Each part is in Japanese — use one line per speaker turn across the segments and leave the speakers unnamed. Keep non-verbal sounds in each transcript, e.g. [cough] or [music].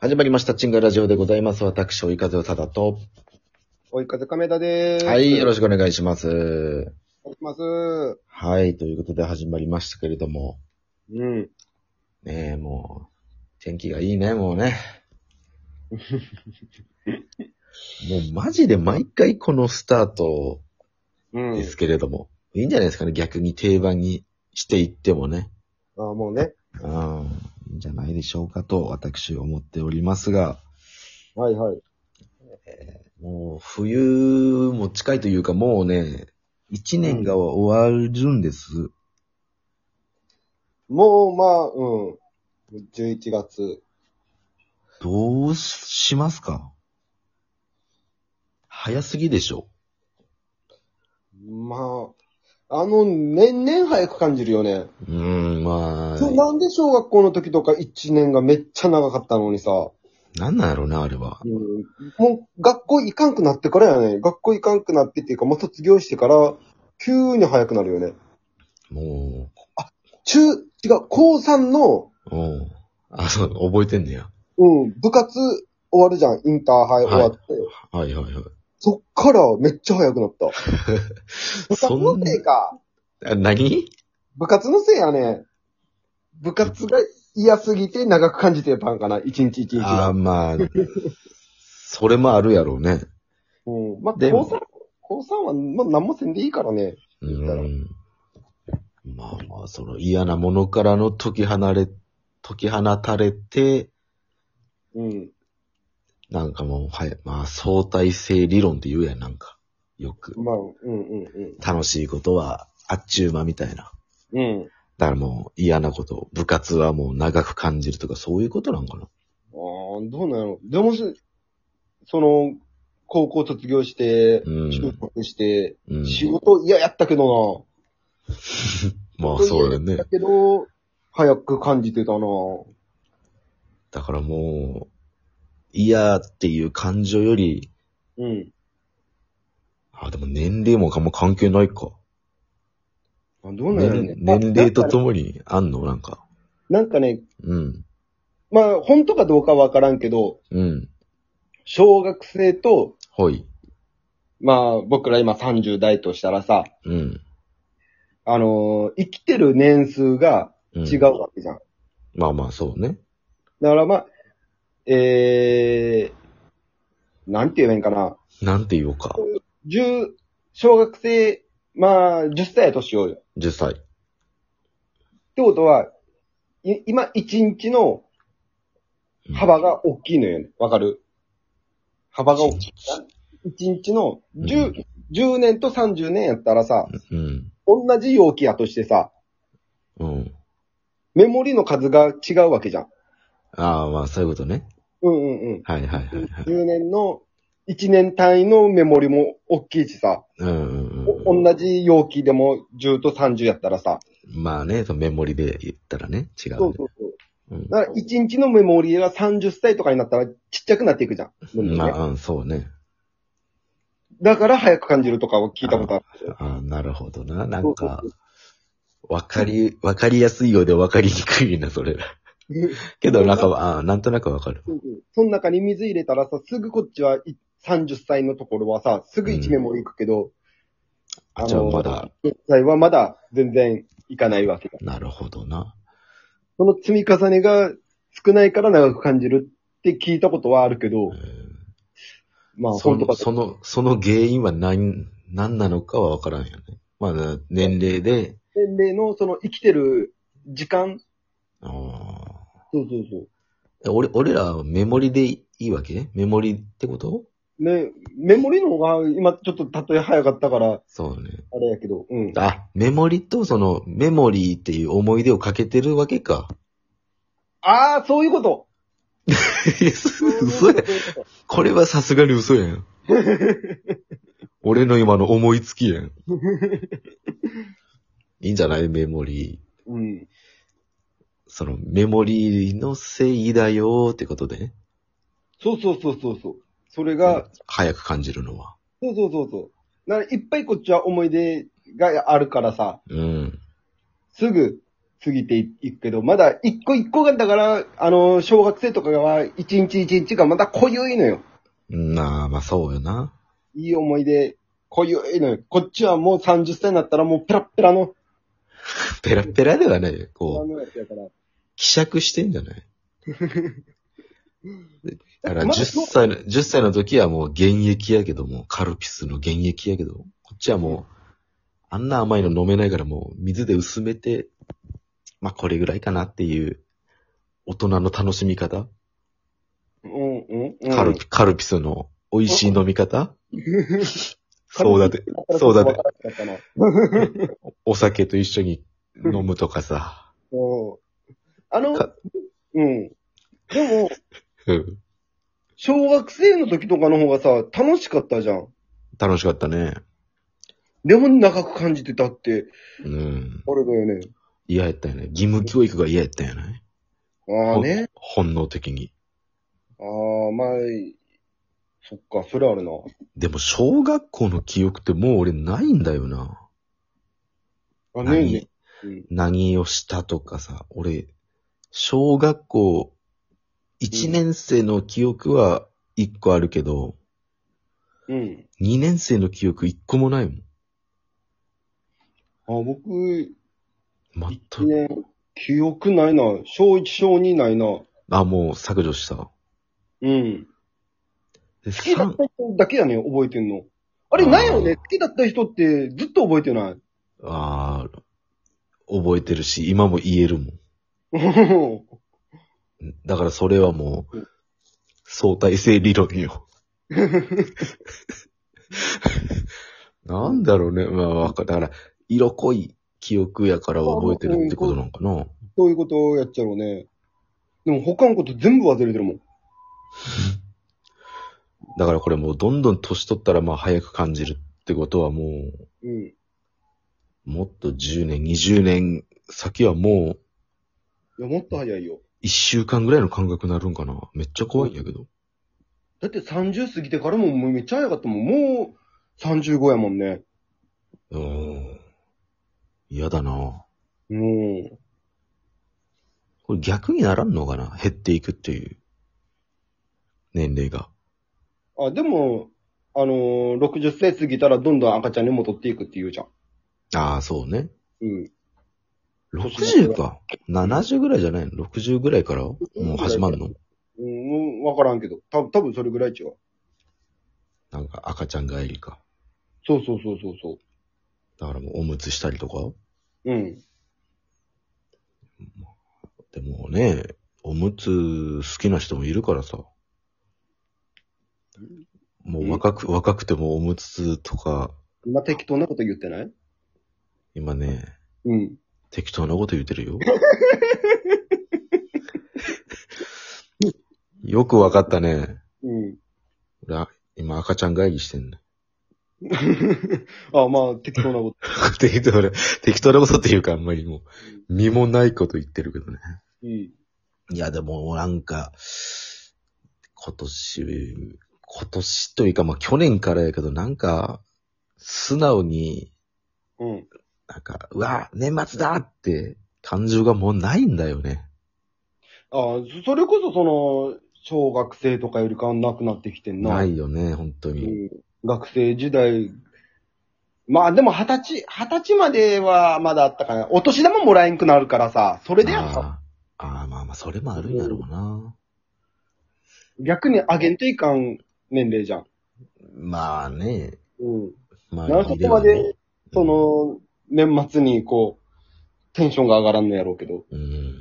始まりました、チンガラジオでございます。私、追い風をさだと。
追い風亀田でーす。
はい、よろ
し
しくお願いします。
くお願いします。
はい、ということで始まりましたけれども、
うん。
ねえ、もう、天気がいいね、もうね。もうマジで毎回このスタート
うん。
ですけれども、いいんじゃないですかね、逆に定番にしていってもね。
ああ、もうね。
うん、いいんじゃないでしょうかと、私思っておりますが、
はいはい。
もう冬も近いというかもうね、一年が終わるんです。
もう、まあ、うん。11月。
どうしますか早すぎでしょ
まあ、あの、年々早く感じるよね。
うーん、ま
そう
あ、
なんで小学校の時とか1年がめっちゃ長かったのにさ、
なんなんやろうな、あれは。
うん、もう学校行かんくなってからやね。学校行かんくなってっていうか、もう卒業してから、急に早くなるよね。
も
中、違う、高3の、
う、おうあ、そう、覚えてんねや。
うん、部活終わるじゃん。インターハイ終わって。
はいはいはい。
そっからめっちゃ早くなった。部
[laughs]
活
そん
のせいか。
あ何
部活のせいやね。部活が嫌すぎて長く感じてたんかな。一日一日
あー。
が
まあ、それもあるやろうね。
うん。まあ、
でも
高三、高三は、まあ、何もせんでいいからね。
う
言ったら
ん。まあまあ、その嫌なものからの解き離れ、解き放たれて、
うん。
なんかもう、はい、まあ相対性理論って言うやん、なんか。よく。
まあ、うんうんうん。
楽しいことは、あっちゅう間みたいな。
うん。
だからもう嫌なこと、部活はもう長く感じるとか、そういうことなんかな。
ああ、どうなのでもし、その、高校卒業して、
うん
就職して、
うん。
仕事嫌やったけど
まあそうだよね
な。だ。けど、早く感じてたな。
だからもう、嫌っていう感情より、
うん。
あ、でも年齢もかも関係ないか。
あどうなんやろね
年。年齢とともにあんのなんか。
なんかね、
うん。
まあ、本当かどうかわからんけど、
うん。
小学生と、
ほい。
まあ、僕ら今30代としたらさ、
うん。
あのー生きてる年数が
うん
違う。わけじゃん。
まあまあ、そうね。
だからまあ、えー、なんて言えばいいんかな。
なんて言おうか。
十、小学生、まあ、10歳やとしようよ。っ
10歳。
てことは、い今、1日の
うん
幅が大きいのよね。わかる幅が大きい。1日の
う
10
ん、
10年と30年やったらさ、
うん。
同じ容器やとしてさ、
うん。
メモリの数が違うわけじゃん。
ああ、まあ、そういうことね。
うんうん
はいはいは
う
い
ん。
はい。
10年の、1年単位のメモリも大きいしさ、
うんうんうん
お同じ容器でも10と30やったらさ、
まあね、そのメモリで言ったらね、違うね。
そうそうそう。
うん
だから1日のメモリが30歳とかになったらちっちゃくなっていくじゃん。どんどんね
まあ、うん、そうね。
だから早く感じるとかを聞いたことある。
ああ、なるほどな。な
そ
ん
うそう
か、わかり、わかりやすいようでわかりにくいな、それ。けど、なんか、ああ、なんとなくわかる。
うんうんその中に水入れたらさ、すぐこっちはい30歳のところはさ、すぐ1メモリいくけど、
あ、じゃあまだ、
10歳はまだ全然いかないわけだ。
なるほどな。
その積み重ねが少ないから長く感じるって聞いたことはあるけど
う、ん
まあ、
そ
本
の、
当か
その、その原因は何、何なのかはわからんよね。まあ、年齢で、
年齢のその生きてる時間
ああ。
そうそうそう。
え俺、俺らはメモリでいいわけメモリってこと
ね、メモリの方が今ちょっと例え早かったから、
そうね。
あれやけど、うん。
あ、メモリとそのメモリーっていう思い出をかけてるわけ [laughs] か。
ああ、そういうこと
嘘や。これはさすがに嘘やん。俺の今の思いつきやん。いいんじゃないメモリー。
うん。
そのメモリーのせいだよーってことでね。
そうそうそうそうそう。それが、
早く感じるのは。
そうそうそうそう。だからいっぱいこっちは思い出があるからさ、
うん。
すぐ過ぎていくけど、まだ一個一個が、だから、あの、小学生とかは、一日一日がまだ濃ゆいのよ。
なあ、まあそうよな。
いい思い出、濃ゆいのよ。こっちはもう30歳になったらもうペラッペラの、
ペラペラではないよ。
あ
こう、
のやつやから。
希釈してんじゃないだから
まだ
10歳の、10歳の時はもう現役やけども、カルピスの現役やけど、こっちはもう、あんな甘いの飲めないからもう水で薄めて、まあこれぐらいかなっていう、大人の楽しみ方、
うんうんうん。
カルピ、カルピスの美味しい飲み
[laughs]
方、
カルピス
そうだて、そうだて、
て。
お酒と一緒に飲むとかさ。
そうあの
か、
うん。でも、
うん
小学生の時とかの方がさ、楽しかったじゃん。
楽しかったね。
でも長く感じてたって、
うん。
あれだよね。
嫌やったよね。義務教育が嫌やったよね。
ああね。
本能的に。
ああ、まあ、そっか、それあるな。
でも、小学校の記憶ってもう俺ないんだよな。
あ、ねえね
何、
え。うん
何をしたとかさ。俺、小学校1年生の記憶は1個あるけど、
うん。
2年生の記憶1個もないも
あ、僕、
ん。全く。
ね、記憶ないな。小1、小2ないな。
あ、もう削除した。
うん。
で、
好きだっ
3、
た人だけだね、覚えてんの。あれ、
あー
なんやろね好きだった人ってずっと覚えてない。 [laughs]
あー覚えてるし、今も言えるもん。だからそれはもう、相対性理論よ。なんだろうね。まあ、わかだから、色濃い記憶やから覚えてるってことなのかな。
そういうことをやっちゃろうね。でも他のこと全部忘れてるもん。
だからこれもうどんどん年取ったらまあ早く感じるってことはもう、
うん。
もっと10年、20年先はもう、
いや、もっと早いよ。
1週間ぐらいの感覚になるんかな。めっちゃ怖いんやけど。
だって30過ぎてからももうめっちゃ早かったもん。もう35やもんね。
うーん。嫌だな
うん。
これ逆にならんのかな減っていくっていう。年齢が。
あ、でも、あのー、60歳過ぎたらどんどん赤ちゃんに戻っていくって言うじゃん。
ああ、そうね。
うん。
60か。70ぐらいじゃないの ?60 ぐらいからもう始まるの
うん、わからんけど。た多分それぐらい違う。
なんか赤ちゃん帰りか。
そうそうそうそうそ
だからもうおむつしたりとか。
う。うん。
でもね、おむつ好きな人もいるからさ。もう若く、若くてもおむつとか、
そんな適当なこと言ってない
今ね、
うん。
適当なこと言ってるよ。よくわかったね。
うん。 [laughs]
俺、あ今赤ちゃん会議してんの。 [laughs]
あ、まあ、適当なこと。
適当な、適当なことっていうかあんまりもう、身もないこと言ってるけどね。
うん。
いや、でもなんか、今年、今年というかまあ去年からやけどなんか、素直に、
うん。
なんか、うわ、年末だって感情がもうないんだよね。
あそそれこそその、小学生とかよりかはなくなってきてんな。
ないよね、本当
う
に。
ん学生時代、まあでも二十歳、二十歳まではまだあったかな。お年玉もらえんくなるからさ、それでやっぱ
あーあー、まあまあ、それもあるんやろうな。
逆にあげんといかん年齢じゃん。
まあね、
うん。
まあ、
なんかそこまで、そ、の、年末にこう、テンションが上がらんのやろうけど。
うん。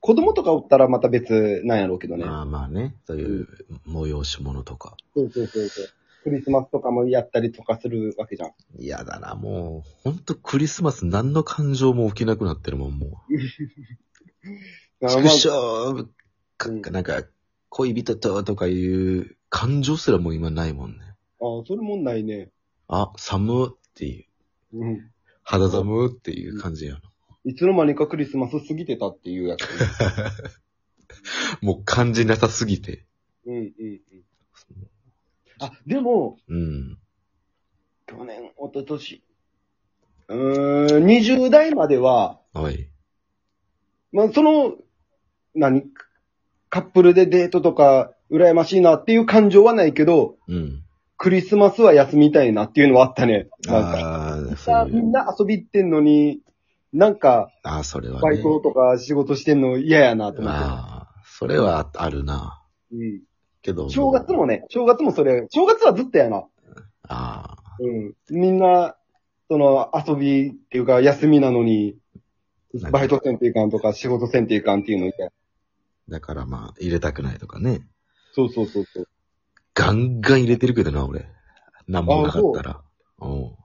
子供とかおったらまた別なんやろうけどね。
まあまあね、そういう催し物とか。
そうそうそうそう。クリスマスとかもやったりとかするわけじゃん。
嫌だな、もう。ほんとクリスマス何の感情も起きなくなってるもん、もう。
あ
畜
まあ
生、か
うん
なんか、恋人ととかいう感情すらもう今ないもんね。
あ、それもないね。
あ、寒っていう、
うん。
肌寒っていう感じやな。
いつの間にかクリスマス過ぎてたっていうやつ。
もう感じなさすぎて。
[laughs] うんうんうん。あ、でも、
うん。
去年、一昨年。うーん、20代までは、
はい。
まあ、その、何カップルでデートとか、羨ましいなっていう感情はないけど、
うん。
クリスマスは休みたいなっていうのはあったね。なんか
ああ、
あ
そうい
み
う。
んな遊び行ってんのに、なんか、
ああ、それはね。
バイトとか仕事してんの嫌やなと思って。
ああ、それはあるな。
うん
けど。
正月もね、正月もそれ、正月はずっとやな。
ああ、
うん。みんな、その、遊びっていうか、休みなのに、バイトせんといかんとか、仕事せんといかんっていうのいたい
だからまあ、入れたくないとかね。
そうそうそうそう。
ガンガン入れてるけどな、俺。なんもなかったら。おう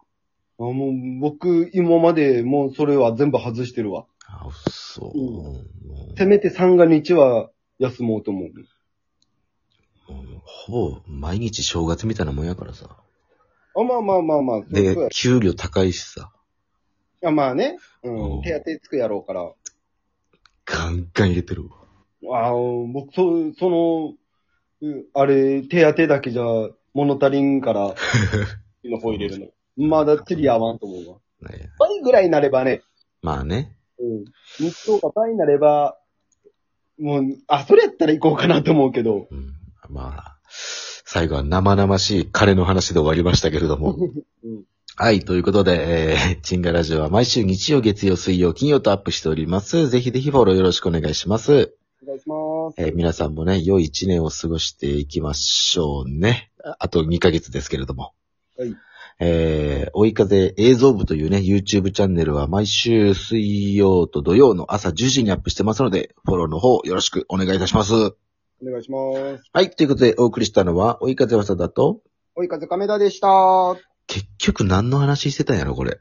あもう、僕、今まで、もうそれは全部外してるわ。
あ、そう。も
せめて三が日は休もうと思う。
うもうほぼ、毎日正月みたいなもんやからさ。
あ、まあまあまあまあ、そうそう
で
や、
給料高いしさ。
あまあね、う。
うんん
手当てつくやろうから。
ガンガン入れてるわ。
ああ、僕、そ、その、うあれ、手当てだけじゃ物足り
[laughs]
んから、の方入れるの。まだ釣り合わんと思うわ。
ね
倍ぐらいになればね、
まあね。
うん。日当が倍になれば、もう、あ、それやったら行こうかなと思うけど。
うん、まあ、最後は生々しい彼の話で終わりましたけれども。
うん
はい、ということで、えー、チンガラジオは毎週日曜、月曜、水曜、金曜とアップしております。ぜひぜひフォローよろしくお願いします。
お願いします。
えー皆さんもね、良い一年を過ごしていきましょうね。ああと2ヶ月ですけれども。
はい。
えー、追い風映像部というね、YouTube チャンネルは毎週水曜と土曜の朝10時にアップしてますので、フォローの方よろしくお願いいたします。
お願いします。
はい、ということでお送りしたのは、追い風わさだと、
追い風亀田でした。
結局何の話してたんやろ、これ。